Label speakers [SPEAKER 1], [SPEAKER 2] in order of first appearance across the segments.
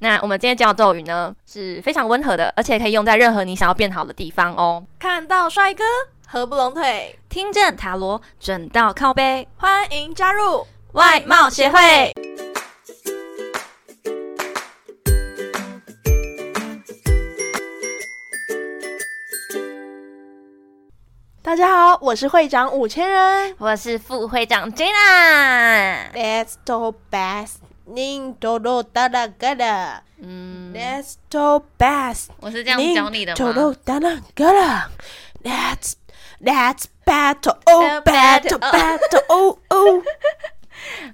[SPEAKER 1] 那我们今天教咒语呢是非常温和的，而且可以用在任何你想要变好的地方哦。
[SPEAKER 2] 看到帅哥，合不拢腿，
[SPEAKER 1] 听见塔罗，准到靠背，
[SPEAKER 2] 欢迎加入
[SPEAKER 1] 外貌协会。
[SPEAKER 2] 大家好，我是会长五千人。
[SPEAKER 1] 我是副会长 Jenna。
[SPEAKER 2] Nesto best，您多多哒啦嘎啦。
[SPEAKER 1] 嗯，
[SPEAKER 2] Nesto best，
[SPEAKER 1] 我是这
[SPEAKER 2] 这
[SPEAKER 1] 样教你的
[SPEAKER 2] 多
[SPEAKER 1] 吗
[SPEAKER 2] 多？哒啦嘎啦。That's that's battle oh battle battle oh oh。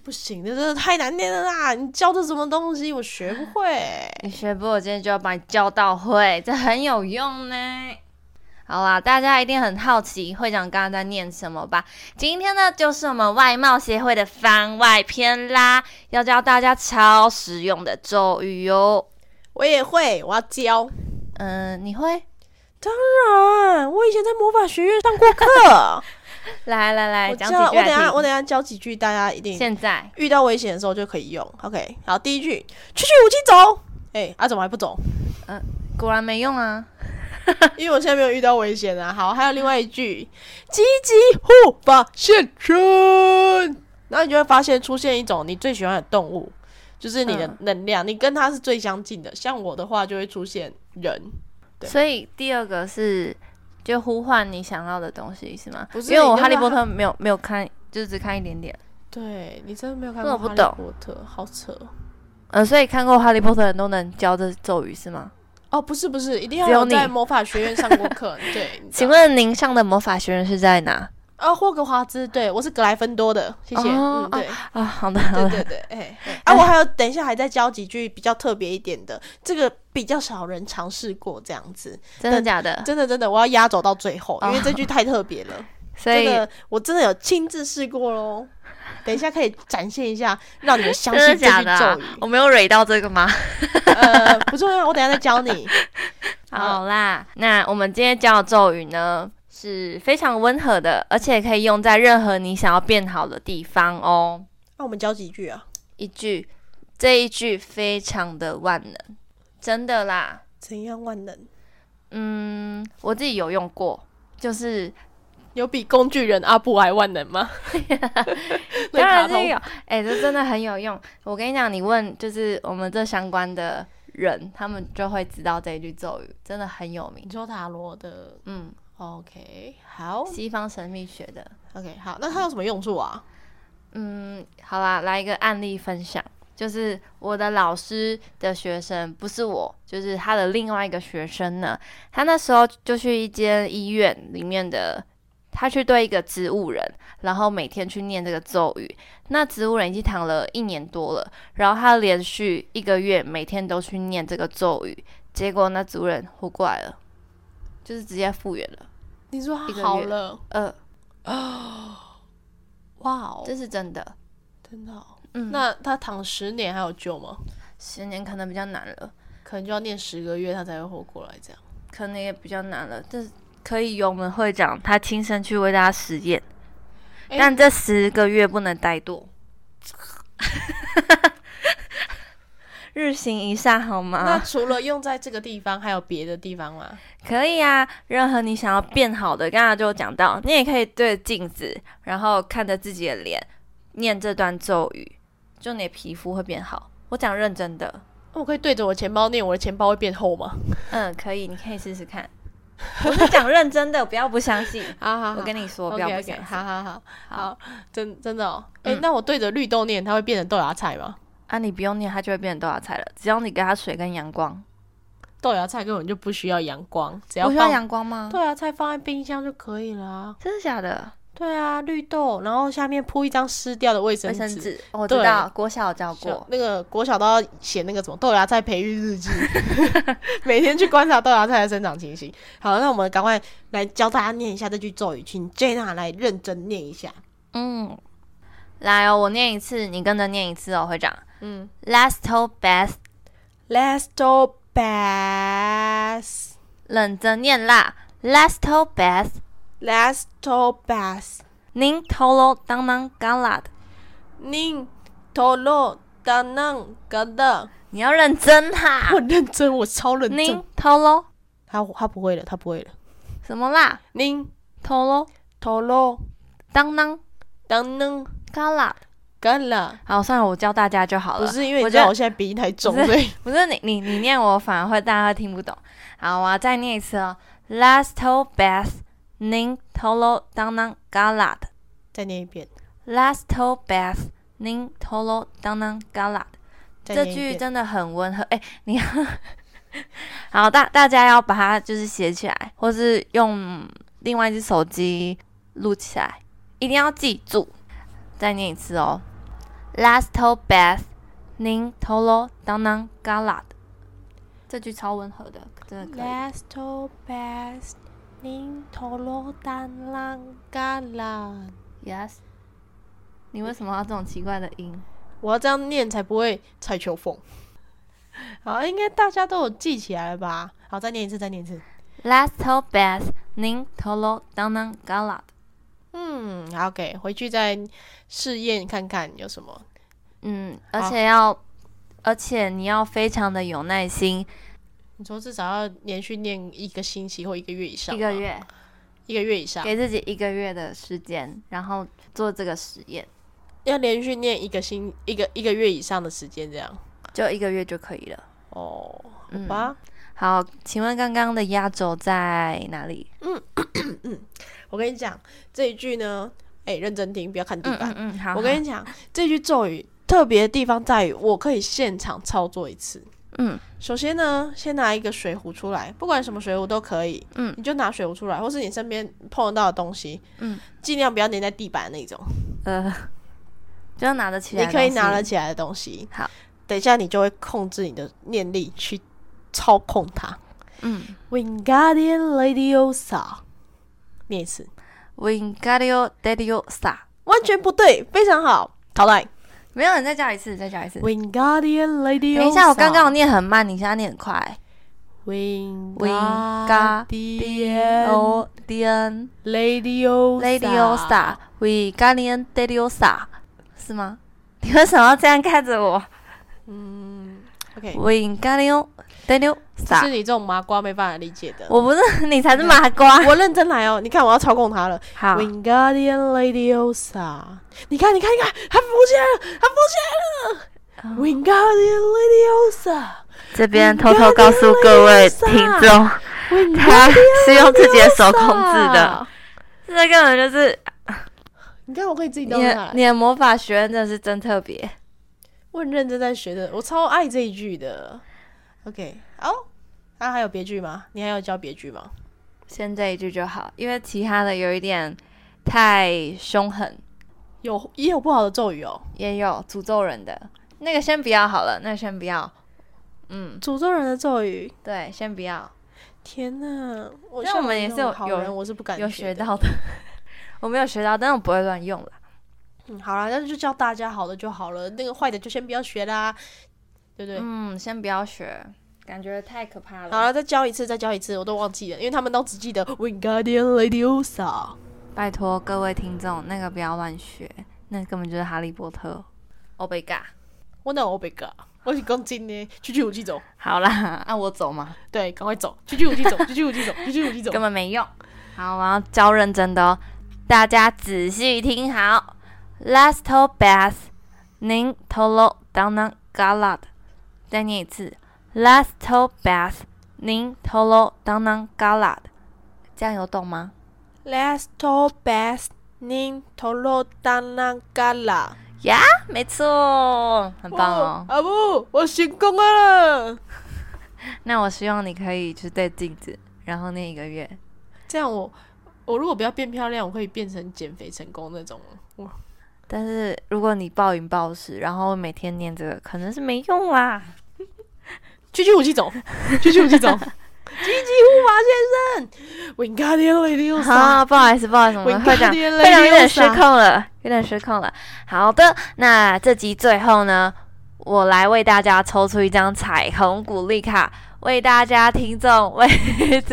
[SPEAKER 2] 不行，这真的太难念了啦！你教的什么东西，我学不会。
[SPEAKER 1] 你学不，我今天就要把你教到会，这很有用呢。好啦，大家一定很好奇会长刚刚在念什么吧？今天呢，就是我们外貌协会的番外篇啦，要教大家超实用的咒语哦。
[SPEAKER 2] 我也会，我要教。
[SPEAKER 1] 嗯、你会？
[SPEAKER 2] 当然，我以前在魔法学院上过课。
[SPEAKER 1] 来来来，
[SPEAKER 2] 我
[SPEAKER 1] 讲
[SPEAKER 2] 教，
[SPEAKER 1] 几
[SPEAKER 2] 我
[SPEAKER 1] 句
[SPEAKER 2] 等一
[SPEAKER 1] 来
[SPEAKER 2] 下，我
[SPEAKER 1] 听。
[SPEAKER 2] 等一下教几句，大家一定
[SPEAKER 1] 现在
[SPEAKER 2] 遇到危险的时候就可以用。OK，好，第一句，去去武器走。哎、啊，怎么还不 走？
[SPEAKER 1] 果然没用啊！
[SPEAKER 2] 因为我现在没有遇到危险啊。好，还有另外一 句，积极护法现身。然后你就会发现出现一种你最喜欢的动物，就是你的
[SPEAKER 1] 嗯
[SPEAKER 2] 能量，你跟它是最相近的。像我的话，就会出现人。对
[SPEAKER 1] 所以第二个是就呼唤你想要的东西是吗？
[SPEAKER 2] 不是
[SPEAKER 1] 因为
[SPEAKER 2] 你
[SPEAKER 1] 我
[SPEAKER 2] 就
[SPEAKER 1] 哈利
[SPEAKER 2] 让
[SPEAKER 1] 波
[SPEAKER 2] 他
[SPEAKER 1] 特没有没有看，就只看一点点。
[SPEAKER 2] 对你真的没有看
[SPEAKER 1] 这
[SPEAKER 2] 过
[SPEAKER 1] 我
[SPEAKER 2] 《
[SPEAKER 1] 不
[SPEAKER 2] 哈
[SPEAKER 1] 懂
[SPEAKER 2] 利波特》，好扯哦
[SPEAKER 1] 呃，所以看过《哈利波特》的人都能教这咒语是吗？
[SPEAKER 2] 哦！不是不是，一定要
[SPEAKER 1] 只有
[SPEAKER 2] 有在
[SPEAKER 1] 你
[SPEAKER 2] 魔法学院上过 课。对，你知道
[SPEAKER 1] 请问您上的魔法学院是在哪？
[SPEAKER 2] 啊，霍格华兹，对我是格莱芬多的，谢谢。
[SPEAKER 1] 哦
[SPEAKER 2] 嗯，
[SPEAKER 1] 哦
[SPEAKER 2] 对。
[SPEAKER 1] 啊，好的好
[SPEAKER 2] 对
[SPEAKER 1] 的，
[SPEAKER 2] 对对，哎、哎啊，我还有等一下还再教几句比较特别一点的，这个比较少人尝试过这样子，
[SPEAKER 1] 真的假的？
[SPEAKER 2] 真的真的，我要压轴到最后，因为
[SPEAKER 1] 啊哦
[SPEAKER 2] 这句太特别了，
[SPEAKER 1] 所
[SPEAKER 2] 真
[SPEAKER 1] 以
[SPEAKER 2] 的我真的有亲自试过喽。等一下可以展现一下，让你们相
[SPEAKER 1] 真的
[SPEAKER 2] 信这句
[SPEAKER 1] 假的啊
[SPEAKER 2] 咒语？。
[SPEAKER 1] 我没有蕊到这个 吗？
[SPEAKER 2] 呃，不重要，我等一下再教你。
[SPEAKER 1] 好啦，那我们今天教的咒语呢是非常温和的，而且可以用在任何你想要变好的地方哦。
[SPEAKER 2] 那我们教几句啊？
[SPEAKER 1] 一句，这一句非常的万能，真的啦。
[SPEAKER 2] 怎样万能？
[SPEAKER 1] 嗯，我自己有用过，就是
[SPEAKER 2] 有比工具人阿布还万能 吗？
[SPEAKER 1] 当
[SPEAKER 2] 那
[SPEAKER 1] 然
[SPEAKER 2] 卡
[SPEAKER 1] 是
[SPEAKER 2] 通
[SPEAKER 1] 有，哎、这真的很有用。我跟你讲，你问就是我们这相关的人，他们就会知道这一句咒语，真的很有名
[SPEAKER 2] 你。说塔罗的
[SPEAKER 1] 嗯，
[SPEAKER 2] OK，好
[SPEAKER 1] 西方神秘学的。
[SPEAKER 2] ，OK，好，那它有什么用处啊？
[SPEAKER 1] 嗯，好啦，来一个案例分享，就是我的老师的学生，不是我，就是他的另外一个学生呢。他那时候就去一间医院里面的，他去对一个植物人，然后每天去念这个咒语。那植物人已经躺了一年多了，然后他连续一个月每天都去念这个咒语，结果那植物人活过来了，就是直接复原了。
[SPEAKER 2] 你说它
[SPEAKER 1] 一个月
[SPEAKER 2] 好了，
[SPEAKER 1] 呃，
[SPEAKER 2] 哇哦，
[SPEAKER 1] 这是真的。
[SPEAKER 2] 真的哦、
[SPEAKER 1] 嗯，
[SPEAKER 2] 那它躺十年还有救吗？
[SPEAKER 1] 十年可能比较难了。
[SPEAKER 2] 可能就要念十个月，它才会活过来。这样，
[SPEAKER 1] 可能也比较难了，但是可以由我们会长他亲身去为大家实验，
[SPEAKER 2] 诶
[SPEAKER 1] 但这十个月不能怠 惰，日行一善好
[SPEAKER 2] 那
[SPEAKER 1] 吗？
[SPEAKER 2] 除了用在这个地方，还有别的地方吗？
[SPEAKER 1] 可以啊，任何你想要变好的，刚才就有讲到，你也可以对着镜子，然后看着自己的脸，念这段咒语，就你的皮肤会变好。我讲认真的，
[SPEAKER 2] 那我可以对着我钱包念，我的钱包会变厚吗？
[SPEAKER 1] 嗯，可以，你可以试试 看。我是讲认真的，不要不相信。
[SPEAKER 2] 好好
[SPEAKER 1] 我跟你说，不要
[SPEAKER 2] OK
[SPEAKER 1] 不
[SPEAKER 2] OK，
[SPEAKER 1] 相信。
[SPEAKER 2] 好好好
[SPEAKER 1] 好
[SPEAKER 2] 好，真真的哦。哎、
[SPEAKER 1] 嗯
[SPEAKER 2] 那我对着绿豆念，它会变成豆芽菜吗？
[SPEAKER 1] 啊，你不用念，它就会变成豆芽菜了。只要你给它水跟阳光，
[SPEAKER 2] 豆芽菜根本就不需要阳光，只要
[SPEAKER 1] 不需要
[SPEAKER 2] 放
[SPEAKER 1] 阳光吗？
[SPEAKER 2] 豆芽菜放在冰箱就可以了啊。
[SPEAKER 1] 真的假的？
[SPEAKER 2] 对啊，绿豆，然后下面铺一张湿掉的卫生
[SPEAKER 1] 卫生
[SPEAKER 2] 纸。
[SPEAKER 1] 纸，我知
[SPEAKER 2] 对
[SPEAKER 1] 道，国小有教
[SPEAKER 2] 小
[SPEAKER 1] 过。
[SPEAKER 2] 那个国小都要写那个什么豆芽菜培育日记，每天去观察豆芽菜的生长情形。好，那我们赶快来教大家念一下这句咒语，请 Jenna 来认真念一下。
[SPEAKER 1] 嗯，来哦，我念一次，你跟着念一次哦，会长。
[SPEAKER 2] 嗯
[SPEAKER 1] Last best，
[SPEAKER 2] ，Let's do best,
[SPEAKER 1] 认真念啦。Last best，
[SPEAKER 2] let's do best，
[SPEAKER 1] 您头喽当当嘎啦的，
[SPEAKER 2] 宁陀罗嘎能嘎的，
[SPEAKER 1] 你要认真哈
[SPEAKER 2] 我，很认真，我超认
[SPEAKER 1] 您
[SPEAKER 2] 真。
[SPEAKER 1] 偷喽
[SPEAKER 2] 他他不会了，他不会了。
[SPEAKER 1] 什么啦？
[SPEAKER 2] 您
[SPEAKER 1] 偷喽
[SPEAKER 2] 头喽，
[SPEAKER 1] 当当
[SPEAKER 2] 当能
[SPEAKER 1] 嘎啦。
[SPEAKER 2] 嘎啦。
[SPEAKER 1] 好，算了，我教大家就好
[SPEAKER 2] 不
[SPEAKER 1] 了。
[SPEAKER 2] 是因为
[SPEAKER 1] 我觉
[SPEAKER 2] 你知
[SPEAKER 1] 得
[SPEAKER 2] 道我现在鼻音太重，
[SPEAKER 1] 不是
[SPEAKER 2] 所以
[SPEAKER 1] 不是你你你念我反而会大家会听不懂。好，我要再念一次哦。Last to bath, ning tolo danang galat.
[SPEAKER 2] 再念一遍，
[SPEAKER 1] Last to bath, ning tolo danang galat.
[SPEAKER 2] 再
[SPEAKER 1] 这
[SPEAKER 2] 念一
[SPEAKER 1] 句
[SPEAKER 2] 遍。
[SPEAKER 1] 真的很温和。哎、你 好，大大家要把它就是写起来，或是用另外一只手机录起来，一定要记住。再念一次哦。Last to bath, ning tolo danang galad。这句超温和的，真的可以。
[SPEAKER 2] Last to best，您头罗单浪嘎啦。
[SPEAKER 1] Yes。你为什么要这种奇怪的音？
[SPEAKER 2] 我要这样念才不会踩球缝。 好，应该大家都有记起来了吧？好，再念一次，再念一次。
[SPEAKER 1] Last to bath, ning tolo danang galad。
[SPEAKER 2] 嗯，好，OK，回去再试验看看有什么。
[SPEAKER 1] 嗯，
[SPEAKER 2] 好
[SPEAKER 1] 而且要，而且你要非常的有耐心，
[SPEAKER 2] 你说至少要连续念一个星期或一个月以上，
[SPEAKER 1] 一个，月
[SPEAKER 2] 一个月以上，
[SPEAKER 1] 给自己一个月的时间，然后做这个实验，
[SPEAKER 2] 要连续念一个星，一个一个月以上的时间这样。
[SPEAKER 1] 就一个月就可以了。
[SPEAKER 2] 哦，好
[SPEAKER 1] 嗯
[SPEAKER 2] 吧，
[SPEAKER 1] 好，请问刚刚的压轴在哪里？
[SPEAKER 2] 我跟你讲这一句呢，哎、认真听，不要看地
[SPEAKER 1] 嗯
[SPEAKER 2] 板。
[SPEAKER 1] 嗯嗯，好，
[SPEAKER 2] 我跟
[SPEAKER 1] 你，
[SPEAKER 2] 你讲，这句咒语特别的地方在于，我可以现场操作一次。
[SPEAKER 1] 嗯，
[SPEAKER 2] 首先呢，先拿一个水壶出来，不管什么水壶都可以。
[SPEAKER 1] 嗯
[SPEAKER 2] 你就拿水壶出来，或是你身边碰得到的东西。
[SPEAKER 1] 嗯，
[SPEAKER 2] 尽量不要粘在地板那种，
[SPEAKER 1] 呃，就要拿得起来
[SPEAKER 2] 你
[SPEAKER 1] 的东
[SPEAKER 2] 可
[SPEAKER 1] 西，
[SPEAKER 2] 以拿得起来的东西。
[SPEAKER 1] 好，
[SPEAKER 2] 等一下你就会控制你的念力去操控它。
[SPEAKER 1] 嗯
[SPEAKER 2] Wingardium Leviosa，念一次，
[SPEAKER 1] ，Wingario Delio Sa，
[SPEAKER 2] 完全不对，非常好，淘汰。
[SPEAKER 1] 没有，你再教一次，再教一次。
[SPEAKER 2] Wingardium Leviosa。
[SPEAKER 1] 等一下，我刚刚我念很慢，你现在念很快。
[SPEAKER 2] Wingardium
[SPEAKER 1] O D N
[SPEAKER 2] Leviosa。
[SPEAKER 1] Ladyosa, we g a r d i a n Dadyosa，是吗？你为什么要这样看着我嗯
[SPEAKER 2] 嗯 OK，
[SPEAKER 1] ？We g a r d i a n
[SPEAKER 2] 这是
[SPEAKER 1] Dadyosa，
[SPEAKER 2] 你这种麻瓜没办法理解的。
[SPEAKER 1] 我不是你才是麻瓜。
[SPEAKER 2] 我认真来哦，你看我要操控他了。
[SPEAKER 1] 好，
[SPEAKER 2] Wingardium Leviosa，你看，你看，你看，他浮起来了，他
[SPEAKER 1] 啊
[SPEAKER 2] 浮起来了。Wingardium
[SPEAKER 1] 这边偷偷告诉各位
[SPEAKER 2] Wingardium Leviosa
[SPEAKER 1] 听众，
[SPEAKER 2] Leviosa，
[SPEAKER 1] 他是用自己的手
[SPEAKER 2] Wingardium
[SPEAKER 1] 控制的
[SPEAKER 2] Leviosa。。
[SPEAKER 1] 这根本就是
[SPEAKER 2] 你看，我可以自己
[SPEAKER 1] 你
[SPEAKER 2] 动它
[SPEAKER 1] 的。你的魔法学院真的是真特别。
[SPEAKER 2] 我很认真在学的，我超爱这一句的。OK，好，那、还有别句吗？你还要教别句吗？
[SPEAKER 1] 先这一句就好，因为其他的有一点太凶狠，
[SPEAKER 2] 有也有不好的咒语哦，
[SPEAKER 1] 也有诅咒人的。那个先不要好了，那个先不要。嗯，
[SPEAKER 2] 诅咒人的咒语。
[SPEAKER 1] 对，先不要，
[SPEAKER 2] 天哪！我
[SPEAKER 1] 但
[SPEAKER 2] 像
[SPEAKER 1] 我们也
[SPEAKER 2] 那
[SPEAKER 1] 是
[SPEAKER 2] 种
[SPEAKER 1] 有
[SPEAKER 2] 好
[SPEAKER 1] 有
[SPEAKER 2] 人，我是不敢
[SPEAKER 1] 有
[SPEAKER 2] 学
[SPEAKER 1] 学
[SPEAKER 2] 的。
[SPEAKER 1] 到的，我没有学到，但我不会乱用啦。
[SPEAKER 2] 嗯，好啦，那就教大家好的就好了，那个坏的就先不要学啦，对不对？
[SPEAKER 1] 嗯，先不要学，感觉太可怕
[SPEAKER 2] 好
[SPEAKER 1] 了。
[SPEAKER 2] 了，再教一次，再教一次，我都忘记了，因为他们都只记得 Wingardium Leviosa。
[SPEAKER 1] 拜托各位听众，那个不要乱学，那根本就是哈利波特。Oh my god！
[SPEAKER 2] 我哪有被嘎？我是公斤呢，去去武器走，
[SPEAKER 1] 好啦， 那我走嘛，
[SPEAKER 2] 对，赶快走，去去武器走，去去武器走，去去武器走
[SPEAKER 1] 根。本没用。好，我要教认真的哦，大家仔细听好。Last to bath，您 tolo down galad。再念一次，Last to bath，您 tolo down galad。这样有懂吗？
[SPEAKER 2] Let's talk best，您头落当啷嘎啦。
[SPEAKER 1] 呀没错，很棒哦。
[SPEAKER 2] 阿布，我成功了。
[SPEAKER 1] 那我希望你可以去对镜子，然后念一个月。
[SPEAKER 2] 这样我，我如果不要变漂亮，我可以变成减肥成功那种。我
[SPEAKER 1] 但是如果你暴饮暴食，然后每天念这个，可能是没用啦。
[SPEAKER 2] 去去武器走，去去武器走。 吉吉护法先生，Wingardium Leviosa。
[SPEAKER 1] 好，不好意思，不好意思，我们会长
[SPEAKER 2] Wingardium
[SPEAKER 1] 会长有点失
[SPEAKER 2] Leviosa
[SPEAKER 1] 控了，有点失控了。好的，那这集最后呢，我来为大家抽出一张彩虹鼓励卡，为大家听众 为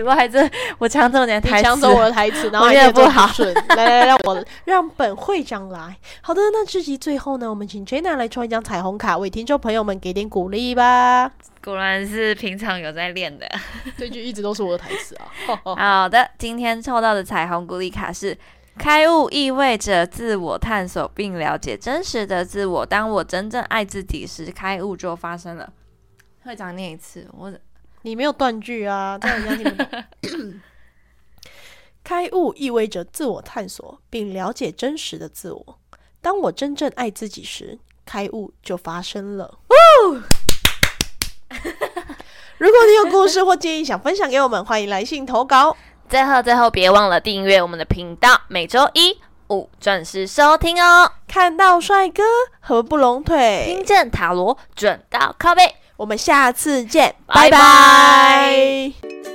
[SPEAKER 1] 我还是我抢走你的台
[SPEAKER 2] 你
[SPEAKER 1] 词，
[SPEAKER 2] 抢走我的台词，然
[SPEAKER 1] 我
[SPEAKER 2] 后还
[SPEAKER 1] 念
[SPEAKER 2] 念
[SPEAKER 1] 不
[SPEAKER 2] 得
[SPEAKER 1] 好
[SPEAKER 2] 顺。来 来来，让我让本会长来。好的，那这集最后呢，我们请 Jenna 来抽一张彩虹卡，为听众朋友们给点鼓励吧。
[SPEAKER 1] 果然是平常有在练的。
[SPEAKER 2] 这句一直都是我的台词啊。
[SPEAKER 1] 好的，今天抽到的彩虹鼓励卡是。开悟意味着自我探索并了解真实的自我。当我真正爱自己时，开悟就发生了。会长念一次，我
[SPEAKER 2] 你没有断句啊， 这样人家听不懂。 开悟意味着自我探索，并了解真实的自我。当我真正爱自己时，开悟就发生了。 如果你有故事或建议想分享给我们，欢迎来信投稿。
[SPEAKER 1] 最后最后别忘了订阅我们的频道，每周一五准时收听哦。
[SPEAKER 2] 看到帅哥，合不
[SPEAKER 1] 听
[SPEAKER 2] 拢腿。
[SPEAKER 1] 见塔罗准到靠背。
[SPEAKER 2] 我们下次见，
[SPEAKER 1] 拜拜
[SPEAKER 2] 拜拜